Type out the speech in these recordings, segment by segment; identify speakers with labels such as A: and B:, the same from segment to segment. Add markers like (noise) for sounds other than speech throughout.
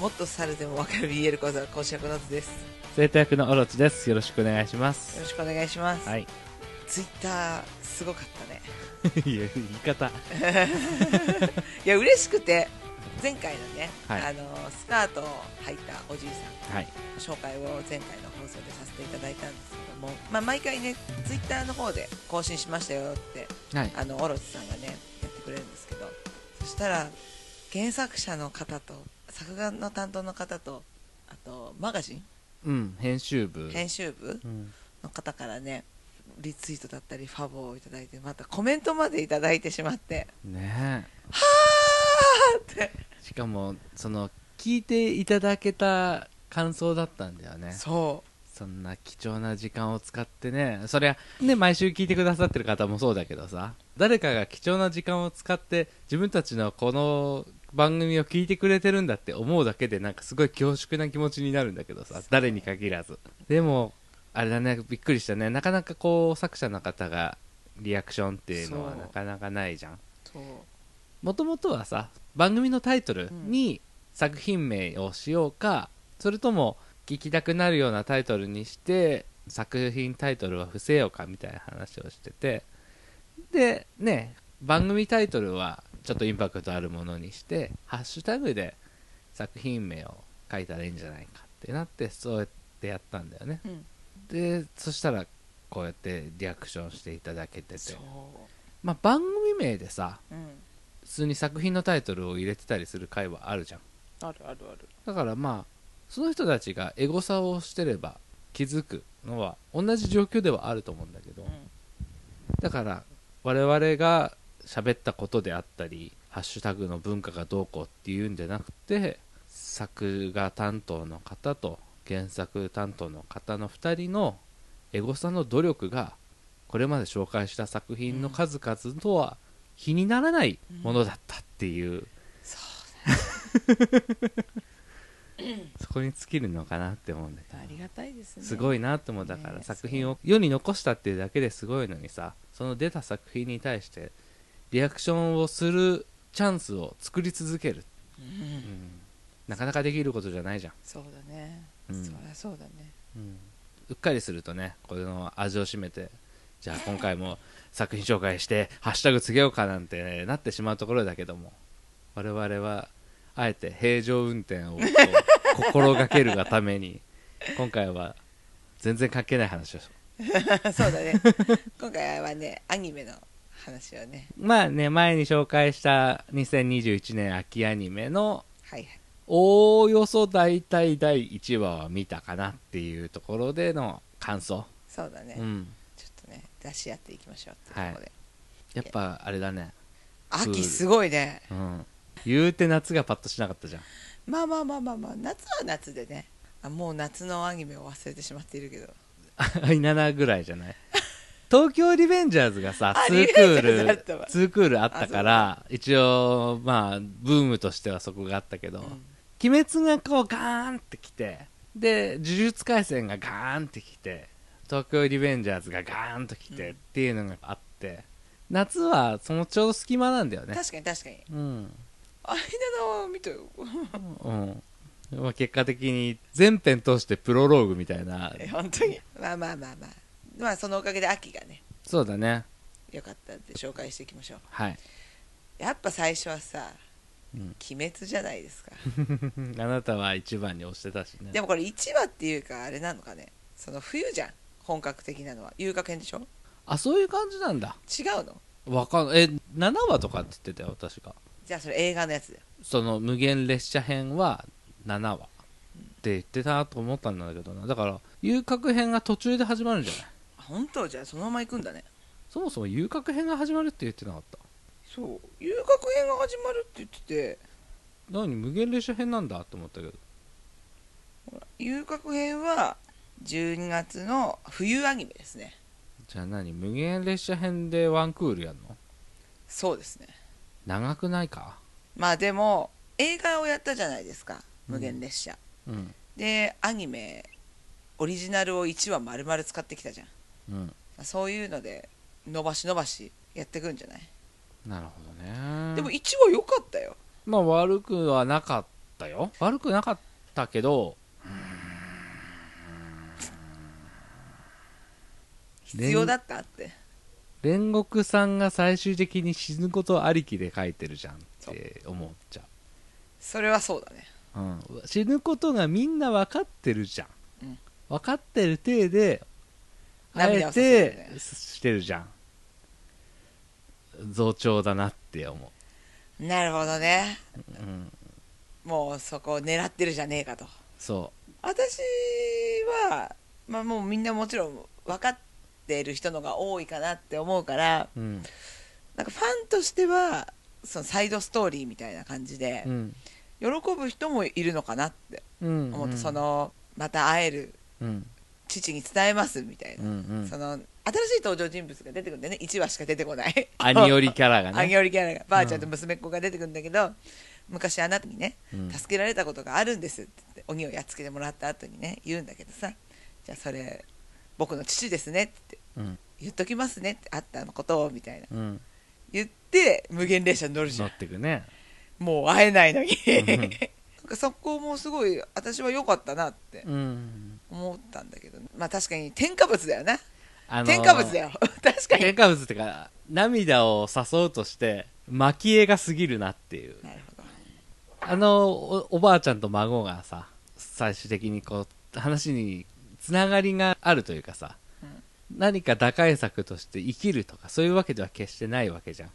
A: もっと猿でもわかる BL 講座の講師役の図です
B: 生徒役のオロチです。よろしくお願いしま
A: よ
B: す
A: ろ。しくお願いします、
B: (laughs) はい。
A: ツイッターすごかったね
B: いや、言い方。
A: いや嬉しくて前回のね、
B: はい
A: あのスカートを履いたおじいさ
B: はい。
A: んの紹介を前回の放送でさせていただいたんですけども、まあ、毎回ねツイッターの方で更新しましたよって
B: はい。
A: あのオロチさんがねやってくれるんですけどそしたら原作者の方と作画の担当の方とあとマガジン
B: うん、編集部。
A: 編集部
B: うん。
A: の方からねリツイートだったりファボをいただいてまたコメントまでいただいてしまって
B: ね
A: はーって
B: え。しかも、その、聞いていただけた感想だったんだよね。
A: そ
B: そんな貴重な時間を使ってね、そりゃ、ね、毎週聞いてくださってる方もそうだけどさ、誰かが貴重な時間を使って、自分たちのこの番組を聞いてくれてるんだって思うだけで、なんかすごい恐縮な気持ちになるんだけどさ、誰に限らず。でも、あれだね、びっくりしたね、なかなかこう、作者の方がリアクションっていうのは
A: そう
B: なかなかないじゃん。
A: うそう
B: もともとはさ番組のタイトルに作品名をしようか、それとも聞きたくなるようなタイトルにして作品タイトルは伏せようかみたいな話をしててでね番組タイトルはちょっとインパクトあるものにしてハッシュタグで作品名を書いたらいいんじゃないかってなってそうやってやったんだよね
A: うん
B: でそしたらこうやってリアクションしていただけてて
A: そう、
B: まあ、番組名でさ
A: うん、
B: 普通に作品のタイトルを入れてたりする回はあるじゃん
A: あるあるある
B: だからまあその人たちがエゴサをしてれば気づくのは同じ状況ではあると思うんだけど、
A: う
B: だから我々が喋ったことであったりハッシュタグの文化がどうこうっていうんじゃなくて作画担当の方と原作担当の方の2人のエゴサの努力がこれまで紹介した作品の数々とは比にならないものだったっていう、そこに尽きるのかなって思うんだけど
A: ん、ありがたいですね
B: す
A: い
B: ごいなって思うだか
A: ね
B: ら作品を世に残したっていうだけですごいのにさその出た作品に対してリアクションをするチャンスを作り続ける、
A: うん
B: なかなかできることじゃないじゃん、
A: そうだね、
B: うん
A: そりゃそうだね (laughs)
B: うっかりするとねこれの味を占めてじゃあ今回も作品紹介して「ハッシュタグつけようか」なんて、なってしまうところだけども我々はあえて平常運転をこう心がけるがために今回は全然関係ない話をし
A: そうだね今回はねアニメの話をね
B: まあね、前に紹介した2021年秋アニメの、
A: はいはい
B: おおよそ大体第1話は見たかなっていうところでの感想。
A: そうだね、
B: うん。
A: ちょっとね出し合っていきましょうっていうところで、
B: やっぱあれだね。
A: 秋すごいね
B: うん。言うて夏がパッとしなかったじゃん。 (laughs)
A: まあまあまあまあまあ夏は夏でねあもう夏のアニメを忘れてしまっているけど
B: 7ぐらいじゃない。 (laughs) 東京リベンジャーズがさ、
A: あ
B: 2ク
A: リベンジャーズあっ
B: ー
A: たわ
B: ル、ツークールあったから、一応、まあ、ブームとしてはそこがあったけど、鬼滅がこうガーンってきてで呪術廻戦がガーンってきて東京リベンジャーズがガーンときて
A: う
B: っ
A: ん
B: ていうのがあって、夏はそのちょうど隙間なんだよね
A: 確かに確かに
B: うん、
A: 間の見と (laughs) よ
B: うんまあ、結果的に全編通してプロローグみたいな
A: え本当にまあまあまあまあまあそのおかげで秋がね
B: そうだね
A: 良かったんで紹介していきましょう
B: はい、 (laughs)
A: やっぱ最初はさ
B: うん、
A: 「鬼滅」じゃないですか
B: あなたは一番に押してたしね
A: でもこれ1話っていうかあれなのかねその冬じゃん本格的なのは遊楽編でしょ
B: あそういう感じなんだ
A: 違うの
B: わかんえ7話とかって言ってたよ確か
A: じゃあそれ映画のやつだよ
B: その無限列車編は7話って言ってたなと思ったんだけどなだから遊郭編が途中で始まるんじゃない
A: あ本当じゃあそのまま行くんだね
B: そもそも遊郭編が始まるって言ってなかった
A: そう遊楽編が始まるって言ってて
B: 何無限列車編なんだと思ったけど
A: 遊郭編は12月の冬アニメですね
B: じゃあ何無限列車編でワンクールやんの
A: そうですね
B: 長くないか
A: まあでも映画をやったじゃないですか「
B: うん
A: 無限列車
B: うん」
A: でアニメオリジナルを1話丸々使ってきたじゃんま
B: うん
A: あそういうので伸ばし伸ばしやってくんじゃない
B: なるほどね
A: でも1話良かったよ
B: まあ悪くはなかっったよ悪くなかったけど
A: 必要だったって
B: 煉獄さんが最終的に死ぬことありきで書いてるじゃんって思っちゃ
A: それはそうだね
B: う、うん、死ぬことがみんな分かってるじゃん、
A: うん
B: 分かってる体であえ
A: 涙をさせるね
B: てしてるじゃん増長だなって思
A: なるほどね
B: う、うん、
A: もうそこを狙ってるじゃねえかと
B: そ
A: 私は、まあ、もうみんなもちろん分かっている人のが多いかなって思うから
B: ううん
A: なんかファンとしてはそのサイドストーリーみたいな感じで
B: う、ん
A: 喜ぶ人もいるのかなって
B: うん
A: 思って、そのまた会える
B: うん
A: 父に伝えますみたい
B: うんう
A: な、
B: ん
A: その新しい登場人物が出てくるんだよね1話しか出てこない
B: アニオリキャラが
A: (laughs) アニ
B: ね
A: オリキャラがばあちゃんと娘っ子が出てくるんだけど、昔あなたにね
B: うん
A: 助けられたことがあるんですって言って鬼をやっつけてもらった後にね言うんだけどさじゃあそれ僕の父ですねって
B: うん
A: 言っときますねってあったのことをみたいな
B: うん
A: 言って無限列車に乗るじゃ
B: 乗
A: ん
B: ってくね
A: もう会えないのに
B: ん
A: (laughs) なんかそこもすごい私は良かったなって
B: うん
A: 思ったんだけど、ね、まあ確かに添加物だよな、
B: あのー
A: 添加物だよ (laughs) 確かに
B: 添加物ってか涙を誘うとして蒔絵が過ぎるなっていう
A: なるほど
B: あのおおばあちゃんと孫がさ最終的にこう話につながりがあるというかさ、
A: うん
B: 何か打開策として生きるとかそういうわけでは決してないわけじゃん、
A: ん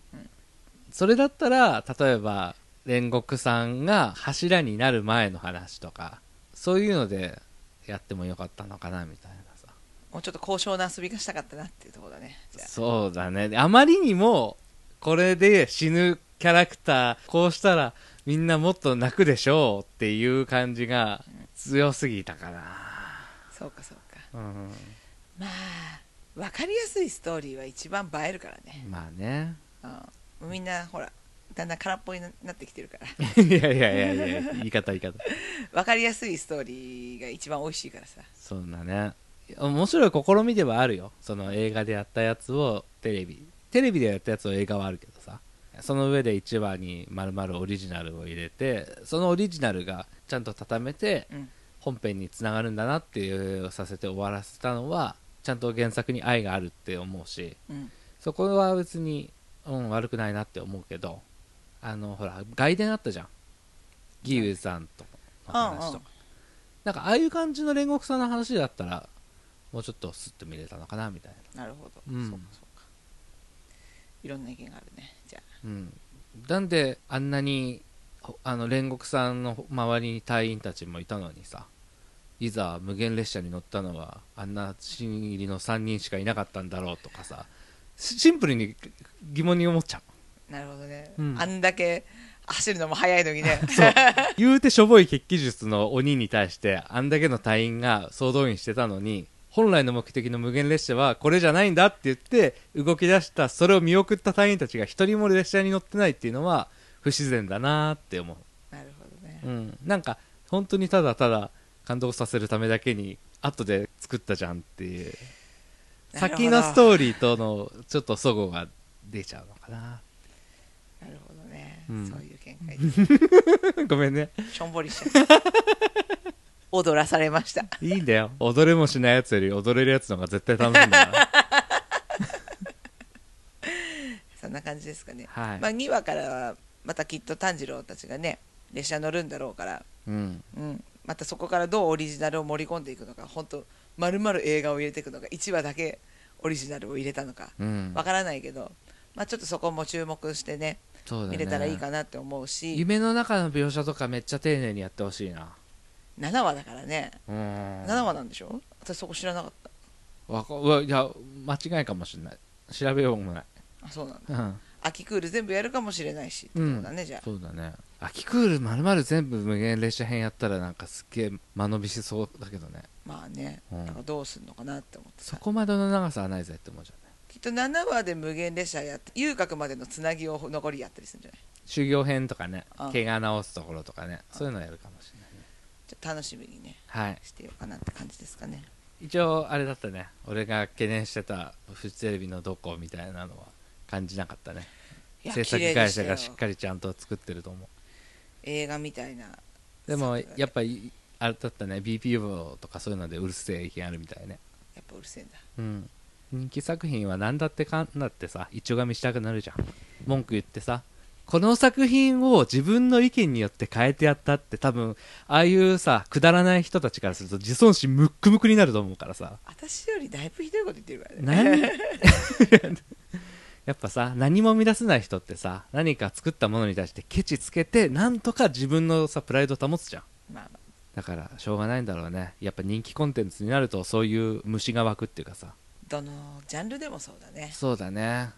B: それだったら例えば煉獄さんが柱になる前の話とかそういうのでやってもよかったのかなみたいなさ
A: もうちょっと高尚な遊びがしたかったなっていうところだねじゃあ
B: そうだねあまりにもこれで死ぬキャラクターこうしたらみんなもっと泣くでしょうっていう感じが強すぎたか、
A: そうかそうから
B: うん、
A: まあ分かりやすいストーリーは一番映えるからね、
B: まあね (laughs)
A: うん、みんなほらだんだん空っぽになってきてるから
B: いやいやいやいや言い方言い方
A: 分かりやすいストーリーが一番美味しいからさ
B: そんなね面白い試みではあるよその映画でやったやつをテレビテレビでやったやつを映画はあるけどさその上で1話に丸々オリジナルを入れてそのオリジナルがちゃんと畳めて
A: うん
B: 本編につながるんだなっていうさせて終わらせたのはちゃんと原作に愛があるって思うし
A: うん
B: そこは別に、うん、悪くないなって思うけどあのほら外伝あったじゃん義勇さんとの話
A: うんう
B: と
A: ん
B: かなんかああいう感じの煉獄さんの話だったらもうちょっとスッと見れたのかなみたいな、
A: なるほど、
B: うん
A: そうかそうかいろんな意見があるねじゃあ
B: うん、なんであんなにほあの煉獄さんの周りに隊員たちもいたのにさいざ無限列車に乗ったのはあんな新入りの3人しかいなかったんだろうとかさシシンプルに疑問に思っちゃう
A: なるほどね、
B: うん
A: あんだけ走るのも速いのに
B: (laughs)
A: ね
B: 言うてしょぼい血気術の鬼に対してあんだけの隊員が総動員してたのに本来の目的の無限列車はこれじゃないんだって言って動き出したそれを見送った隊員たちが一人も列車に乗ってないっていうのは不自然だなーって思
A: なるほどね
B: う、うん、なんか本当にただただ感動させるためだけに後で作ったじゃんっていう
A: なるほど
B: 先のストーリーとのちょっと齟齬が出ちゃうのかな
A: (laughs) なるほどね、
B: うん
A: そういう見解
B: ごめんね
A: しょんぼりしちゃった
B: (laughs)
A: 踊らされました
B: いいんだよ踊れもしないやつより踊れるやつの方が絶対楽しい
A: (laughs)
B: んだから
A: そんな感じですかね、
B: はい
A: まあ、2話からはまたきっと炭治郎たちがね列車乗るんだろうから、
B: うん、
A: うん、またそこからどうオリジナルを盛り込んでいくのか本当まるまる映画を入れていくのか1話だけオリジナルを入れたのか
B: うん
A: わからないけど、まあ、ちょっとそこも注目してね
B: そうだね
A: 見れたらいいかなって思うし、
B: 夢の中の描写とかめっちゃ丁寧にやってほしいな
A: 7話だからね
B: うーん
A: 7話なんでしょ私そこ知らなかった
B: わかうわいや間違いかもしれない調べようもない、
A: あそうなんだ
B: うん、
A: 秋クール全部やるかもしれないしってことだね、じゃあ
B: そうだね秋クールまるまる全部無限列車編やったらなんかすっげえ間延びしそうだけどね
A: まあね、
B: うん
A: だからどうするのかなって思って
B: そ
A: さ
B: こまでの長さはないぜって思うじゃんね
A: きっと7話で無限列車やって遊郭までのつなぎを残りやったりするんじゃない
B: 修行編とかね
A: うん
B: 怪我治すところとかねそういうのやるかもしれないね
A: ちょっと楽しみにね
B: はい
A: してようかなって感じですかね
B: 一応あれだったね俺が懸念してたフジテレビのどこみたいなのは感じなかったね
A: いや
B: 制
A: 綺麗で
B: 作会
A: した
B: 社
A: よ
B: がしっかりちゃんと作ってると思う
A: 映画みたいな
B: でも
A: そうだね
B: やっぱりあれだったね BPO とかそういうのでうるせえ意見あるみたいね
A: やっぱうるせえんだ
B: うん人気作品は何だってかんだってさ一丁紙したくなるじゃん文句言ってさこの作品を自分の意見によって変えてやったって多分ああいうさくだらない人たちからすると自尊心ムックムクになると思うからさ
A: 私よりだいぶひどいこと言ってるからね
B: 何 (laughs) やっぱさ何も生み出せない人ってさ何か作ったものに対してケチつけてなんとか自分のさプライドを保つじゃん
A: まあまあ
B: だからしょうがないんだろうねやっぱ人気コンテンツになるとそういう虫が湧くっていうかさ
A: どのジャンルでもそうだね
B: そうだね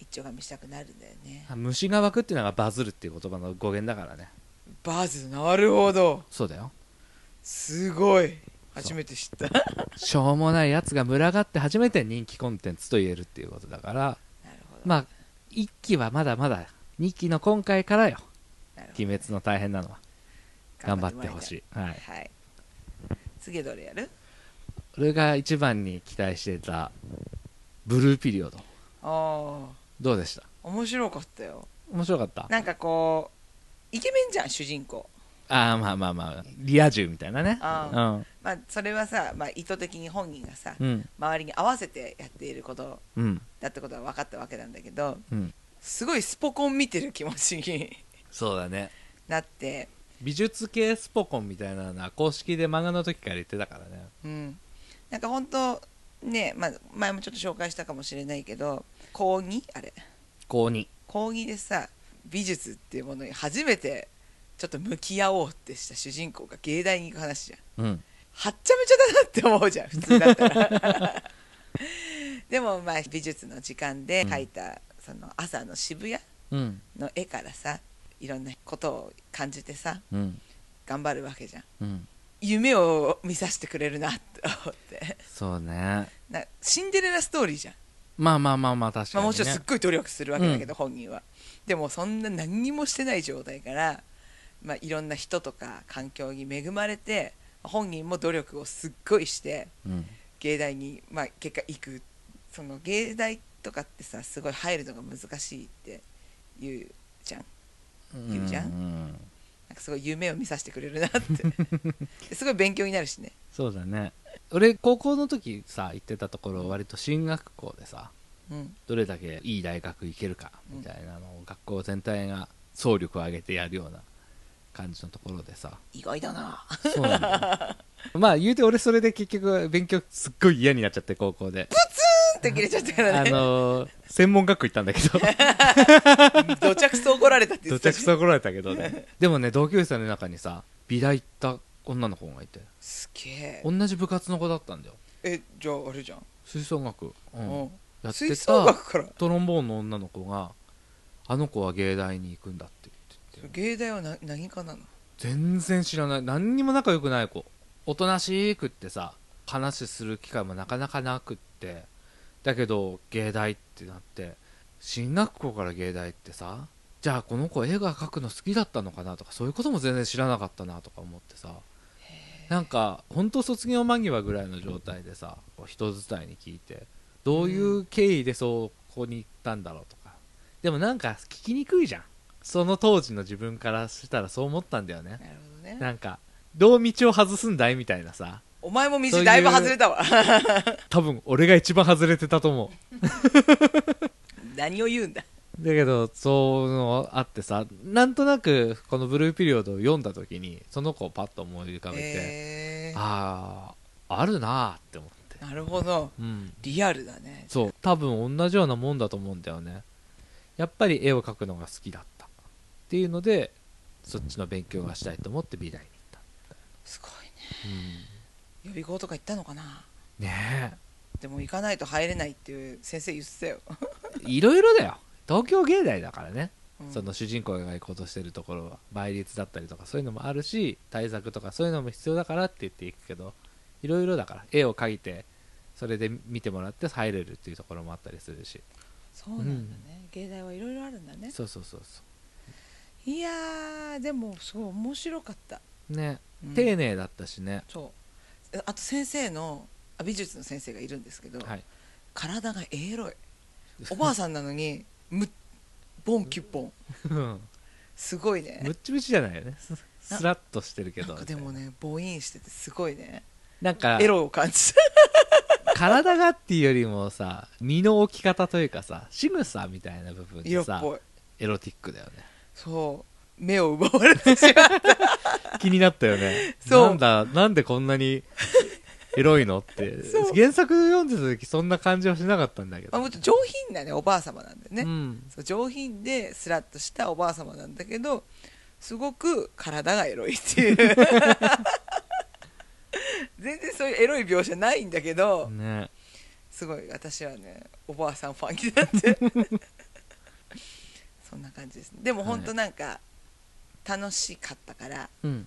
A: 一丁紙したくなるんだよね
B: 虫が湧くっていうのがバズるっていう言葉の語源だからね
A: バズなるほど
B: そうだよ
A: すごい
B: そう
A: 初めて知ったなる
B: しょうもないやつが群がって初めて人気コンテンツと言えるっていうことだから
A: ほど、
B: まあ1期はまだまだ2期の今回からよ
A: なるほど
B: 鬼滅の大変なのは頑張ってほし
A: い
B: い、はい、
A: はい次はどれやる
B: 俺が一番に期待してたブルーピリオド
A: ああ
B: どうでした
A: 面白かったよ
B: 面白かった
A: なんかこうイケメンじゃん主人公
B: ああまあまあまあリア充みたいなね
A: あまあそれはさ、まあ、意図的に本人がさ
B: うんうん
A: 周りに合わせてやっていること
B: うん
A: だってことは分かったわけなんだけど
B: うん
A: すごいスポコン見てる気持ちに
B: そうだね
A: なって、
B: 美術系スポコンみたいなのは公式で漫画の時から言ってたからね
A: うん、なんか本当ね、まあ、前もちょっと紹介したかもしれないけど講義あれ
B: 高2
A: 講義でさ美術っていうものに初めてちょっと向き合おうってした主人公が芸大に行く話じゃん
B: うん
A: はっちゃめちゃだなって思うじゃん普通だったらでもまあ美術の時間で描いたその朝の渋谷
B: うん
A: の絵からさいろんなことを感じてさ
B: うん
A: 頑張るわけじゃん
B: うん
A: 夢を見させてくれるなって思って
B: そうね
A: なシンデレラストーリーじゃん、
B: まあまあまあまあ確か
A: ま
B: に、
A: あ、
B: ね、
A: もちろんすっごい努力するわけだけど、本人はでもそんな何にもしてない状態から、まあ、いろんな人とか環境に恵まれて本人も努力をすっごいして
B: うん
A: 芸大に、まあ、結果行くその芸大とかってさすごい入るのが難しいって言うじゃん言うじゃん
B: うん
A: なんかすごい夢を見させてくれるなってすごい勉強になるしね
B: そうだね俺高校の時さ行ってたところ割と進学校でさ
A: うん
B: どれだけいい大学行けるかみたいなのを学校全体が総力を挙げてやるような感じのところでさ
A: 意外だな
B: そうなんだよ (laughs) まあ言うて俺それで結局勉強すっごい嫌になっちゃって高校で
A: って切れちゃったか
B: あ
A: (laughs) らね
B: のー専門学校行ったんだけど
A: 土着そ怒られたって言
B: ど
A: っ
B: ちゃ
A: て
B: く
A: た
B: そ怒られたけどねでもね同級生の中にさ美大行った女の子がいて
A: すげえ
B: 同じ部活の子だったんだよ
A: えじゃああれじゃん、
B: 吹奏楽、うん
A: うん、
B: やって
A: 吹
B: た
A: 奏楽から
B: トロンボーンの女の子が「あの子は芸大に行くんだ」って言ってて
A: 芸大はな何かなの
B: 全然知らない何にも仲良くない子おとなしくってさ話する機会もなかなかなくってだけど芸大ってなって進学校から芸大ってさじゃあこの子絵が描くの好きだったのかなとかそういうことも全然知らなかったなとか思ってさなんか本当卒業間際ぐらいの状態でさこう人伝いに聞いてどういう経緯でそうここに行ったんだろうとかでもなんか聞きにくいじゃんその当時の自分からしたらそう思ったんだよね
A: なるほどね
B: なんかどう道を外すんだいみたいなさ
A: お前も
B: そうい
A: 道
B: う
A: だいぶ外れたわ
B: 多分俺が一番外れてたと思
A: (laughs) 何を言うんだ
B: うだけどそういうのあってさなんとなくこの「ブルーピリオド」を読んだ時にその子をパッと思い浮かべて、
A: えー、
B: あああるなーって思って、
A: なるほど
B: うん、
A: リアルだね
B: そう多分同じようなもんだと思うんだよねやっぱり絵を描くのが好きだったっていうのでそっちの勉強がしたいと思って美大に行った、
A: すごいね
B: う
A: 予
B: ん
A: 備校とか行ったのかな
B: ね
A: でも行かないと入れないっていう先生言って
B: (laughs)
A: たよ、
B: えいろいろだよ東京芸大だからね
A: うん
B: その主人公が行こうとしてるところは倍率だったりとかそういうのもあるし対策とかそういうのも必要だからって言っていくけどいろいろだから絵を描いてそれで見てもらって入れるっていうところもあったりするし
A: そうなんだね、芸大はいろいろあるんだね
B: そうそうそうそ
A: いやーでもすごい面白かった、
B: うね
A: うん
B: 丁寧だったしね、
A: そうあと先生のあ美術の先生がいるんですけど、
B: はい
A: 体がエロいおばあさんなのにむっボンキュッボン
B: うん
A: すごいね
B: むっちむちじゃないよねスラッとしてるけど
A: なんかでも
B: み
A: ね母音しててすごいね
B: たいななんか
A: エロを感じ
B: (laughs) 体がっていうよりもさ身の置き方というかさ仕草みたいな部分
A: た色
B: で
A: っ
B: さ
A: ぽい
B: エロティックだよね
A: そう目を奪われてしまう (laughs)
B: 気になったよね
A: そう
B: なんだなんでこんなにエロいのって
A: そう
B: 原作読んでた時そんな感じはしなかったんだけ
A: まあ
B: ど
A: もっと上品なねおばあ様なんだよね、
B: うん、
A: そう上品でスラッとしたおばあ様なんだけどすごく体がエロいっていう
B: (laughs)
A: 全然そういうエロい描写ないんだけど、
B: ね
A: すごい私はねおばあさんファンになって
B: (laughs)
A: そんな感じですねでも本当なんか楽しかったから
B: うん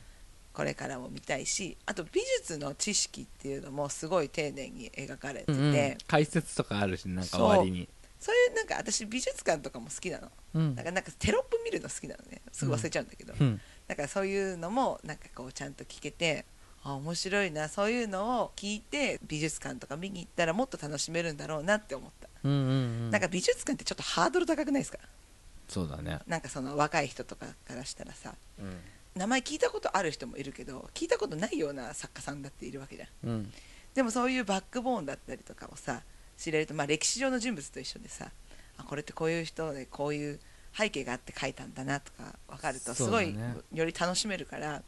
A: これからも見たいしあと美術の知識っていうのもすごい丁寧に描かれてて、
B: うんうん解説とかあるしなんか終わりに
A: そういうなんか私美術館とかも好きなの
B: うん
A: だからなんかテロップ見るの好きなのねすぐ忘れちゃうんだけど、
B: うん
A: だからそういうのもなんかこうちゃんと聞けてあ面白いなそういうのを聞いて美術館とか見に行ったらもっと楽しめるんだろうなって思った、
B: うんうん
A: なんか美術館ってちょっとハードル高くないですか
B: そうだね
A: なんかその若い人とかからしたらさ
B: うん
A: 名前聞いたことある人もいるけど聞いたことないような作家さんだっているわけじゃん
B: うん
A: でもそういうバックボーンだったりとかをさ知れると、まあ、歴史上の人物と一緒でさあこれってこういう人でこういう背景があって書いたんだなとか分かるとす
B: そう
A: ご
B: だ
A: い、
B: ね
A: より楽しめるから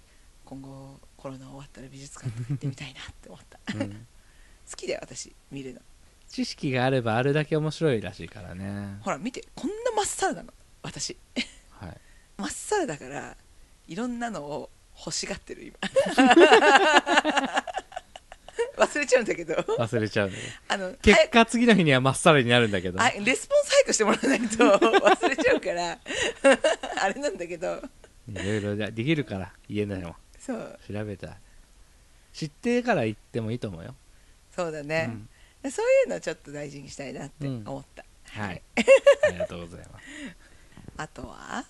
A: 今後コロナ終わったら美術館とか行ってみたいなって思った、
B: うん
A: (laughs) 好きだよ私見るの
B: 知識があればあれだけ面白いらしいからね
A: ほら見てこんなまっさらなの私
B: はい
A: まっさらだからいろんなのを欲しがってる
B: (laughs)
A: 今忘れちゃうんだけど
B: 忘れちゃうね
A: あの
B: 結果次の日にはまっさらになるんだけど
A: あレスポンス早くしてもらわないと忘れちゃうから (laughs) あれなんだけど
B: いろいろできるから言えないもん
A: そう
B: 調べた知ってから言ってもいいと思うよ
A: そうだ
B: う
A: ね、
B: ん
A: そういうのちょっと大事にしたいなって
B: うん
A: 思った、
B: はいありがとうございます
A: あとは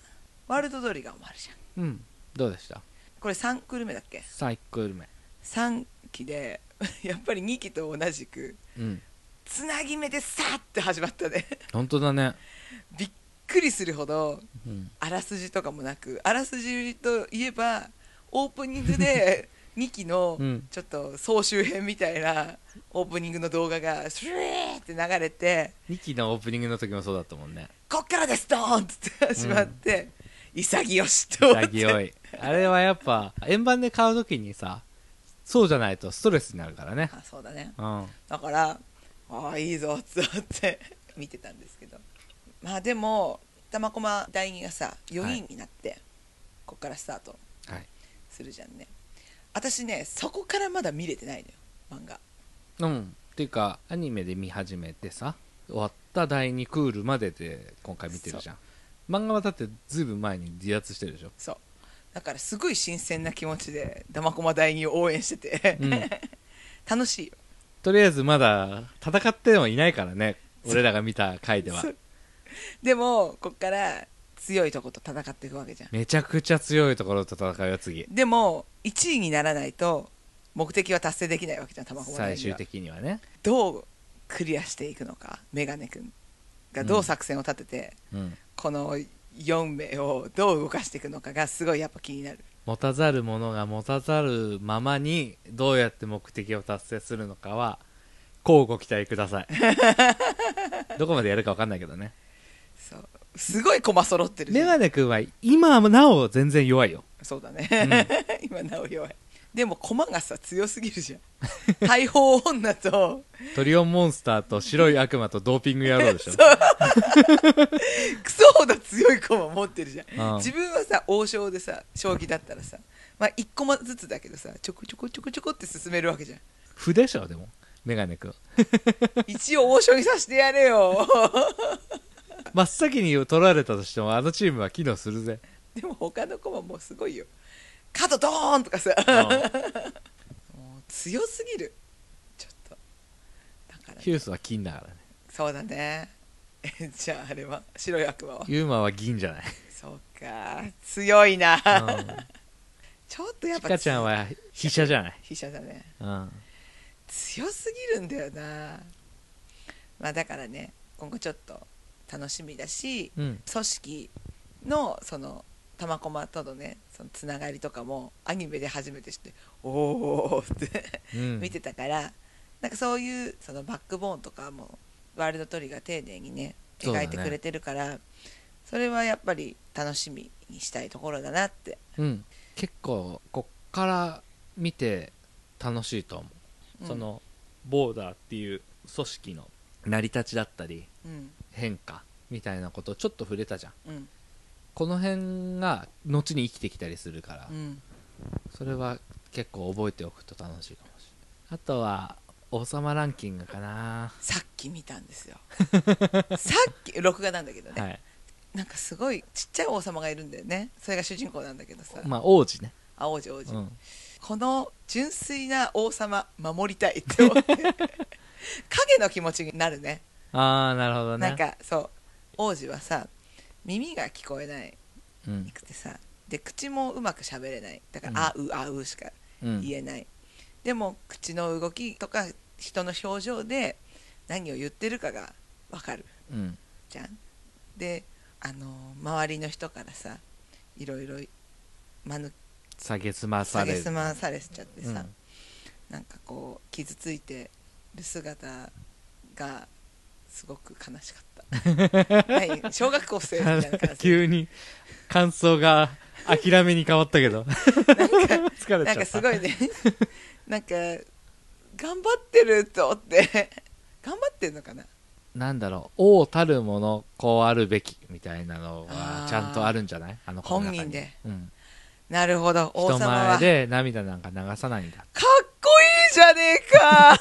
A: ワールドトリガーもあるじゃん
B: うんどうでした
A: これ3クール目だっけ
B: 最高ルメ
A: 3期で (laughs) やっぱり2期と同じく
B: うん
A: つなぎ目でさーって始まったね
B: 本当だね
A: びっくりするほど
B: うん
A: あらすじとかもなくあらすじといえばオープニング
B: (laughs)
A: で2期の
B: うん
A: ちょっと総集編みたいなオープニングの動画がシューって流れて
B: 2期のオープニングの時もそうだったもんね
A: 「こっからですドーン!」って始まって、潔しと思って
B: 潔いあれはやっぱ円盤で買う時にさそうじゃないとストレスになるからね
A: あそうだね
B: うん
A: だから「ああいいぞ」っつって見てたんですけどまあでも玉駒第二がさ4人になって、こっからスタート
B: はい
A: するじゃんね私ねそこからまだ見れてないのよ漫画
B: うんっていうかアニメで見始めてさ終わった第2クールまでで今回見てるじゃん漫画はだってずいぶん前に離脱してるでしょ
A: そうだからすごい新鮮な気持ちで玉駒第二を応援してて、
B: うん
A: (laughs) 楽しいよ
B: とりあえずまだ戦ってもいないからね俺らが見た回では
A: そうでもこっから強いとこと戦っていくわけじゃん
B: めちゃくちゃ強いところと戦うよ次
A: でも1位にならないと目的は達成できないわけじゃん玉駒第
B: 最
A: 二
B: 終
A: は
B: 的にはね
A: どうクリアしていくのかメガネ君がどう作戦を立てて、
B: うん
A: この4名をどう動かしていくのかがすごいやっぱ気になる
B: 持たざる者が持たざるままにどうやって目的を達成するのかは乞うご期待ください
A: (laughs)
B: どこまでやるか分かんないけどね
A: そうすごい駒揃ってるじゃ
B: メ
A: ん
B: ガネ君は今もなお全然弱いよ
A: そうだね、 (laughs) 今なお弱いでも駒がさ強すぎるじゃん大砲女と
B: トリオンモンスターと白い悪魔とドーピング野郎
A: (laughs)
B: でしょ
A: クソほど強い駒持ってるじゃん、
B: うん
A: 自分はさ王将でさ将棋だったらさまあ1駒ずつだけどさちょこちょこちょこちょこって進めるわけじゃん
B: 不でしょでもメガネ君
A: 一応王将にさしてやれよ (laughs)
B: 真っ先に取られたとしてもあのチームは機能するぜ
A: でも他の駒もうすごいよ角ドーンとかさ、もう強すぎるちょっとだから、
B: ヒュースは金だから
A: (laughs)
B: ね
A: そうだね (laughs) じゃああれは白い悪魔は
B: ユーマは銀じゃない
A: そうか強いな、
B: うん
A: (laughs) ちょっとやっ
B: ピ
A: ぱ
B: カちゃんは飛車じゃない、
A: 飛車だね
B: うん、
A: 強すぎるんだよなまあだからね今後ちょっと楽しみだし
B: うん
A: 組織のその玉駒とのねそのつながりとかもアニメで初めて知っておおって
B: う
A: (laughs)
B: ん
A: 見てたからなんかそういうそのバックボーンとかもワールドトリガー丁寧にね
B: そうだ
A: 描
B: ね
A: いてくれてるからそ,、れはやっぱり楽しみにしたいところだなって、
B: うん、結構こっから見て楽しいと思う、
A: うん
B: そのボーダーっていう組織の成り立ちだったり
A: うん
B: 変化みたいなことをちょっと触れたじゃん
A: うん
B: この辺が後に生きてきたりするから、
A: うん、
B: それは結構覚えておくと楽しいかもしれないあとは王様ランキングかな、
A: さっき見たんですよ
B: (laughs)
A: さっき録画なんだけどね、
B: はい
A: なんかすごいちっちゃい王様がいるんだよねそれが主人公なんだけどさ、
B: まあ王子ね、
A: あ王子王子、
B: うん、
A: この純粋な王様守りたいって
B: (laughs)
A: 思って影の気持ちになるね
B: ああなるほどね
A: なんかそう王子はさ耳が聞こえない
B: うん
A: くてさで口もうまく喋れないだから「あうあう」しか
B: うん
A: 言えない、でも口の動きとか人の表情で何を言ってるかがわかる
B: うん
A: じゃんであの周りの人からさいろいろ間抜
B: 下げすまさ
A: 下
B: れ
A: げ
B: る
A: すまされちゃってさ、
B: うん
A: なんかこう傷ついてる姿がすごく悲しかった
B: (laughs)
A: はい小学校生みたいな感じ
B: 急に感想が諦めに変わったけど (laughs) 疲れ
A: なん
B: ちゃ
A: か
B: っ
A: す
B: た
A: ごいね (laughs) なんか頑張ってると思って頑張ってんのかな
B: なんだろう王たるものこうあるべきみたいなの
A: あ
B: は
A: ー
B: ちゃんとあるんじゃないあの子の中に
A: 本人で、
B: うん、
A: なるほど王
B: 人
A: 様
B: 前
A: は
B: で涙なんか流さないんだ
A: かっこいいじゃねえかか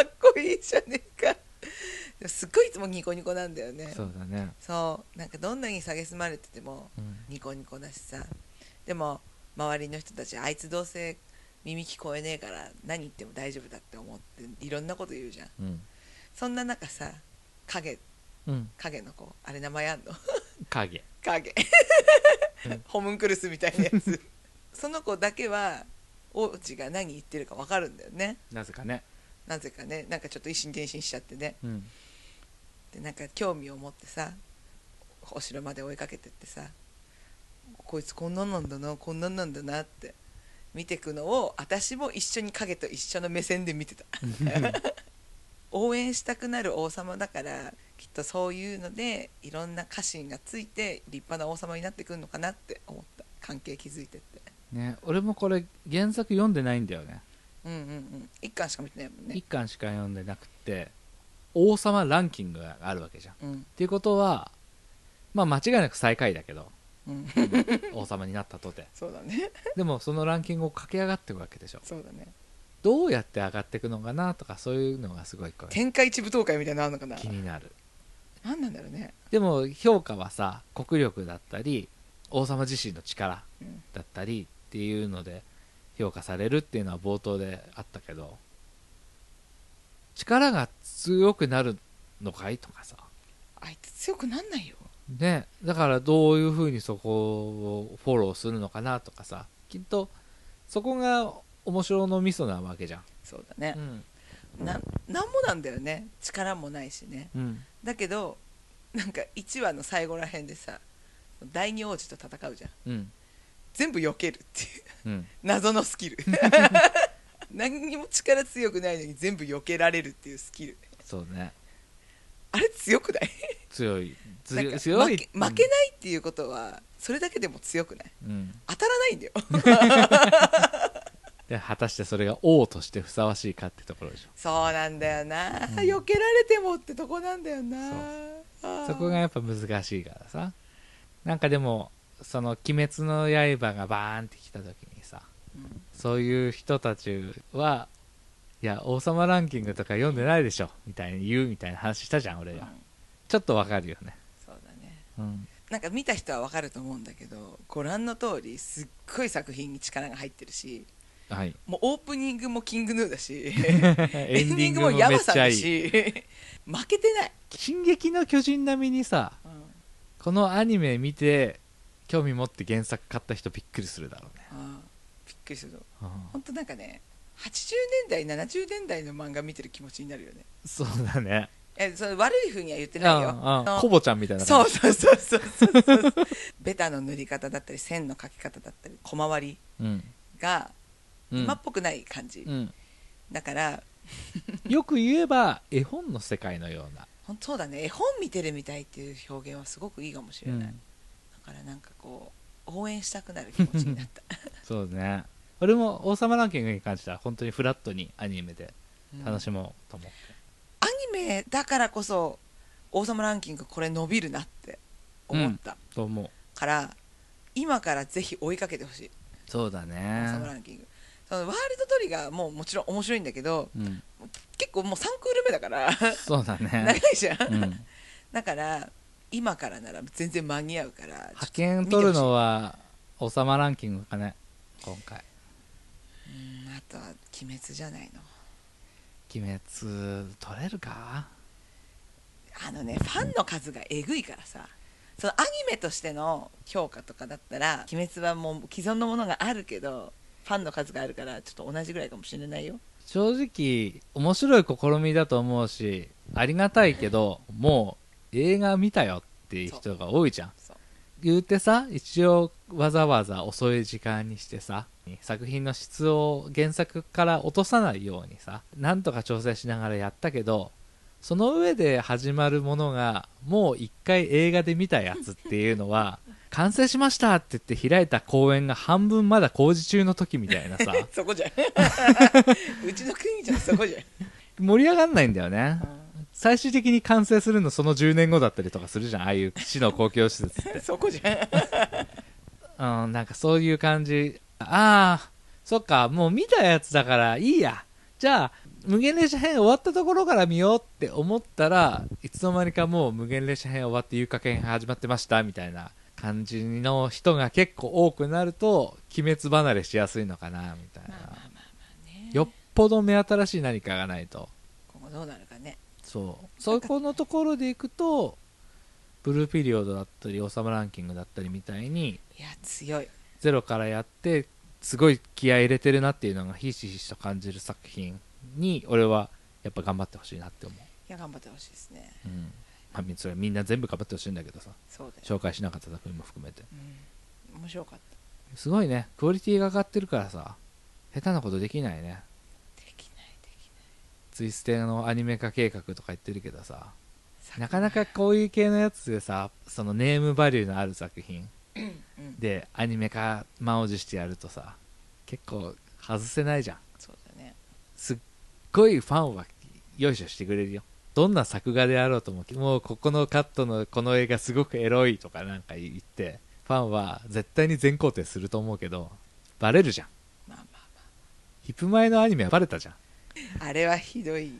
A: (laughs) っこいいじゃねえかでもすっごいいつもニコニコなんだよね
B: そうだね、
A: そうなんかどんなに蔑まれてても
B: うん
A: ニコニコだしさでも周りの人たちあいつどうせ耳聞こえねえから何言っても大丈夫だって思っていろんなこと言うじゃん
B: うん
A: そんな中さ影
B: うん、
A: 影の子あれ名前あんの
B: 影
A: 影
B: うん
A: ホムンクルスみたいなやつその子だけは王子が何言ってるか分かるんだよね
B: なぜかね、
A: なぜかねなんかちょっと一心伝心しちゃってね
B: うん、
A: でなんか興味を持ってさお城まで追いかけてってさこいつこんなんなんだなこんなんなんだなって見てくのを私も一緒に影と一緒の目線で見てた応援したくなる王様だからきっとそういうのでいろんな家臣がついて立派な王様になってくるのかなって思った関係築いてって
B: ね俺もこれ原作読んでないんだよね
A: うんうんうん一巻しか見てないもん
B: 一
A: ね
B: 巻しか読んでなくて王様ランキングがあるわけじゃんっ
A: うん
B: ていうことはまあ間違いなく最下位だけど
A: うん
B: (laughs) 王様になったとて
A: そうだね
B: でもそのランキングを駆け上がっていくわけでしょ
A: そうだね
B: どうやって上がっていくのかなとかそういうのがすごいこう
A: 天下一舞踏会みたいなのあるのかな
B: 気になる
A: 何なんだろうね
B: でも評価はさ国力だったり王様自身の力
A: うん
B: だったりっていうので評価されるっていうのは冒頭であったけど力が強くなるのかいとかさ
A: あいつ強くなんないよ
B: ねだからどういうふうにそこをフォローするのかなとかさきっとそこが面白のミソなわけじゃん、
A: そうだね
B: う、ん
A: ななんもなんだよね力もないしね
B: うん、
A: だけどなんか1話の最後らへんでさ第二王子と戦うじゃん
B: うん
A: 全部避けるっていう
B: うん
A: 謎のスキ
B: (laughs)
A: ル何にも力強くないのに全部避けられるっていうスキル
B: そうね
A: あれ強くない
B: 強い
A: なん
B: 強
A: か
B: い強い
A: 負け負けないっていうことはそれだけでも強くない
B: うんうん
A: 当たらないん
B: (laughs)
A: だよ
B: で果たしてそれが王としてふさわしいかってところでし
A: そうなんだよな、
B: ん
A: 避けられてもってとこなんだよな
B: そう
A: あ
B: ょ
A: ー
B: そこがやっぱ難しいからさなんかでもその「鬼滅の刃」がバーンってきた時にさ
A: うん
B: そういう人たちはいや王様ランキングとか読んでないでしょみたいに言うみたいな話したじゃん俺
A: うん
B: ら、ちょっとわかるよね
A: そうだね
B: うん
A: なんか見た人はわかると思うんだけどご覧の通りすっごい作品に力が入ってるし
B: はい
A: もうオープニングもキングヌーだし
B: (laughs)
A: (laughs)
B: エ
A: エ
B: ン
A: ンデ
B: ディ
A: ィ
B: ン
A: ン
B: グ
A: グ
B: も
A: もヤ
B: めっ
A: マさん
B: ちゃ
A: だ
B: いい
A: し (laughs) 負けてない、
B: 「進撃の巨人」並みにさ
A: うん
B: このアニメ見て興味持って原作買った人びっくりするだろうね、
A: あーびっくりするぞ
B: うん
A: ほんとなんかね80年代70年代の漫画見てる気持ちになるよね
B: そうだね
A: えそれ悪いふうには言って
B: う
A: ないよ
B: んうん
A: の
B: コボちゃんみたいな
A: そ
B: 感
A: う
B: じ
A: そうそうそうそうそうベタの塗り方だったり線の描き方だったり小回り
B: うん
A: が
B: うん
A: 今っぽくない感じ、
B: うん
A: だから
B: よく言えば絵本の世界のような、
A: 本当そうだね絵本見てるみたいっていう表現はすごくいいかもしれない、だからなんかこう応援したくなる気持ちになった
B: (laughs) そうね俺も「王様ランキング」に関しては本当にフラットにアニメで楽
A: うん
B: しもうと思って、
A: アニメだからこそ「王様ランキング」これ伸びるなって思った、
B: と思う
A: から今からぜひ追いかけてほしい
B: そうだ
A: 「王様ラ
B: ね
A: ンキング」そのワールドトリガーももちろん面白いんだけど
B: うん
A: 結構もう3クール目だから
B: そうだ
A: 長い
B: ね、
A: じゃん、 (laughs)
B: うん、
A: だから今からなら全然間に合うから
B: 派遣取るのは「王様ランキング」かね今回
A: うんあとは「鬼滅」じゃないの
B: 「鬼滅」取れるか
A: あのねファンの数がえぐいからさそのアニメとしての評価とかだったら「鬼滅」はもう既存のものがあるけどファンの数があるからちょっと同じぐらいかもしれないよ
B: 正直面白い試みだと思うしありがたいけどもう映画見たよっていう人が多いじゃん
A: そう
B: 言うてさ一応わざわざ遅い時間にしてさ作品の質を原作から落とさないようにさなんとか調整しながらやったけどその上で始まるものがもう一回映画で見たやつっていうのは (laughs) 完成しましたって言って開いた公演が半分まだ工事中の時みたいなさ
A: そこじ (laughs) ゃんうちの国じゃんそこじゃん、
B: 盛り上がんないんだよね
A: う
B: 最終的に完成するのその10年後だったりとかするじゃんああいう市の公共施設って
A: んそこじゃん
B: うん、なんかそういう感じ。ああ、そっか、もう見たやつだからいいや。じゃあ、無限列車編終わったところから見ようって思ったら、いつの間にかもう無限列車編終わって遊郭編始まってましたみたいな感じの人が結構多くなると、鬼滅離れしやすいのかな、みたいな。
A: まあまあまあまあね
B: よっぽど目新しい何かがないと。
A: 今後どうなるかね
B: そう。そこのところでいくと、ブルーピリオドだったり、王様ランキングだったりみたいに、
A: いや強い
B: ゼロからやってすごい気合い入れてるなっていうのがひしひしと感じる作品に俺はやっぱ頑張ってほしいなって思う、
A: いや頑張ってほしいですね
B: うんまあ、みそれみんな全部頑張ってほしいんだけどさ
A: そうだよ、
B: 紹介しなかった作品も含めて
A: うん、面白かった
B: すごいねクオリティが上がってるからさ下手なことできないね
A: できないできない
B: ツイステのアニメ化計画とか言ってるけどさなかなかこういう系のやつでさそのネームバリューのある作品
A: うん
B: でアニメ化満を持してやるとさ結構外せないじゃん
A: そうだね
B: すっごいファンはよいしょしてくれるよどんな作画であろうとももうここのカットのこの映画すごくエロいとかなんか言ってファンは絶対に全肯定すると思うけどバレるじゃん
A: まあまあ
B: ヒップ前のアニメはバレたじゃん
A: まああれはひどい言い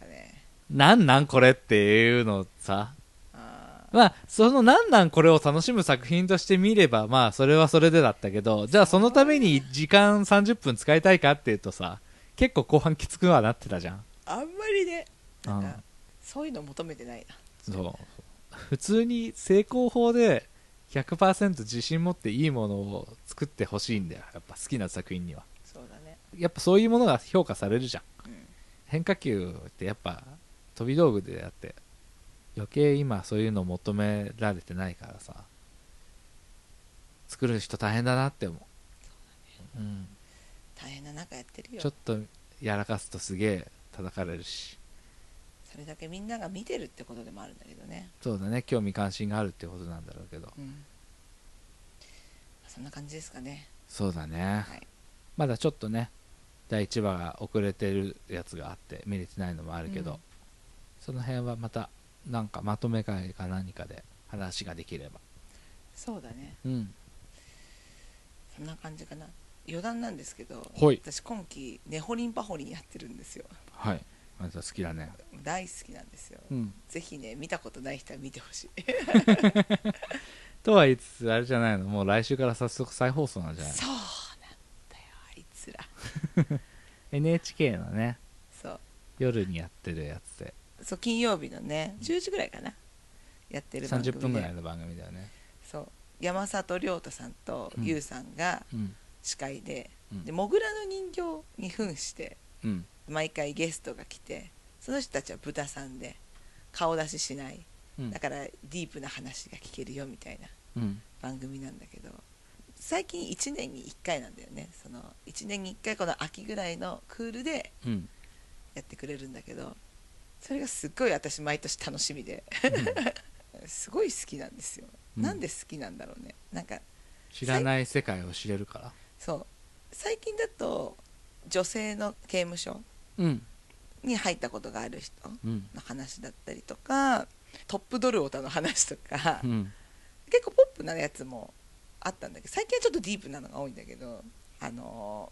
A: 方ね
B: なんなんこれっていうのさ
A: あ
B: まあそのなんなんこれを楽しむ作品として見ればまあそれはそれでだったけどじゃあそのために時間30分使いたいかっていうとさ結構後半きつくはなってたじゃん
A: ーあんまりねなん
B: うん
A: かそういうの求めてないな
B: そう普通に成功法で100%自信持っていいものを作ってほしいんだよやっぱ好きな作品には
A: そうだね
B: やっぱそういうものが評価されるじゃん
A: うん
B: 変化球ってやっぱ飛び道具であって余計今そういうの求められてないからさ作る人大変だなって思う、うん、
A: 大変な中やってるよ
B: ちょっとやらかすとすげえ叩かれるし
A: それだけみんなが見てるってことでもあるんだけどね
B: そうだね興味関心があるってことなんだろうけど
A: うんまあそんな感じですか
B: (laughs)
A: ね
B: そうだね、
A: はい
B: まだちょっとね第1話が遅れてるやつがあって見れてないのもあるけど、
A: うん
B: その辺はまたなんかまとめ会か何かで話ができれば
A: そうだね
B: うん
A: そんな感じかな余談なんですけど
B: はい
A: 私今期ネホリンパホリンやってるんですよ
B: はいまずは好きだね
A: 大好きなんですよ
B: うん
A: ぜひね見たことない人は見てほ
B: (laughs)
A: しい
B: とは言いつつあれじゃないのもう来週から早速再放送なんじゃないの
A: そうなんだよあいつら
B: NHK のね
A: そう
B: 夜にやってるやつで
A: そう金曜日のね10時ぐらいかなやってる番組で
B: 30分ぐらいの番組だよね
A: そう山里亮太さんと
B: うん
A: 優さんが
B: うん
A: 司会で,、
B: うん
A: でモグラの人形に扮して
B: うん
A: 毎回ゲストが来てその人たちは豚さんで顔出ししない
B: うん
A: だからディープな話が聞けるよみたいな
B: うん
A: 番組なんだけど最近1年に1回なんだよねその1年に1回この秋ぐらいのクールで
B: うん
A: やってくれるんだけどそれがすっごい私毎年楽しみで (laughs) すごい好きなんですよ、
B: うん
A: なんで好きなんだろうねなんか
B: 知らない世界を知れるから
A: そう最近だと女性の刑務所
B: うん
A: に入ったことがある人
B: うん
A: の話だったりとかトップドルオタの話とか、
B: うん
A: 結構ポップなやつもあったんだけど最近はちょっとディープなのが多いんだけどあの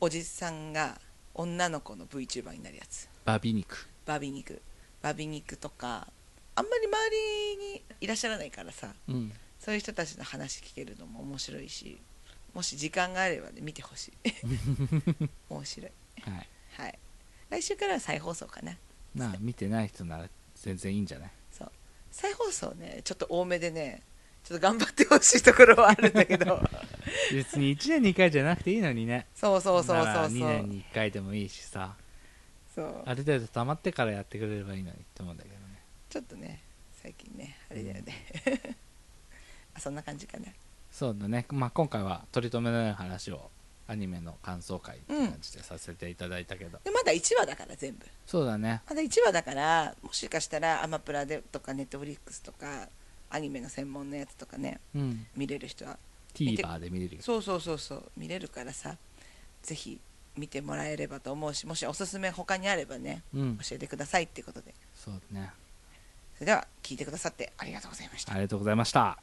A: ーおじさんが女の子の VTuber になるやつ
B: バビ肉
A: バビ肉バビ肉とかあんまり周りにいらっしゃらないからさ
B: うん
A: そういう人たちの話聞けるのも面白いしもし時間があればね見てほ
B: (laughs)
A: しい面白い
B: はい
A: はい来週からは再放送かな
B: まあ見てない人なら全然いいんじゃない
A: そう再放送ねちょっと多めでねちょっと頑張ってほしいところはあるんだけ
B: (laughs)
A: ど
B: 別に1年に1回じゃなくていいのにね
A: そうそうそうそうそう
B: 2年に1回でもいいしさ
A: そう
B: ある程度溜まってからやってくれればいいのにって思うんだけどね
A: ちょっとね最近ねあれだよね、 (laughs) あそんな感じかな
B: そうだね、まあ、今回は取り留めのない話をアニメの感想会って感じでさせていただいたけど、
A: でまだ1話だから全部
B: そうだね
A: まだ1話だからもしかしたらアマプラでとかネットフリックスとかアニメの専門のやつとかね
B: うん
A: 見れる人は
B: TVer で見れるよ
A: そうそうそうそう見れるからさぜひ見てもらえればと思うしもしおすすめ他にあればね
B: うん
A: 教えてくださいってことで
B: そうだね
A: それでは聞いてくださってありがとうございました
B: ありがとうございました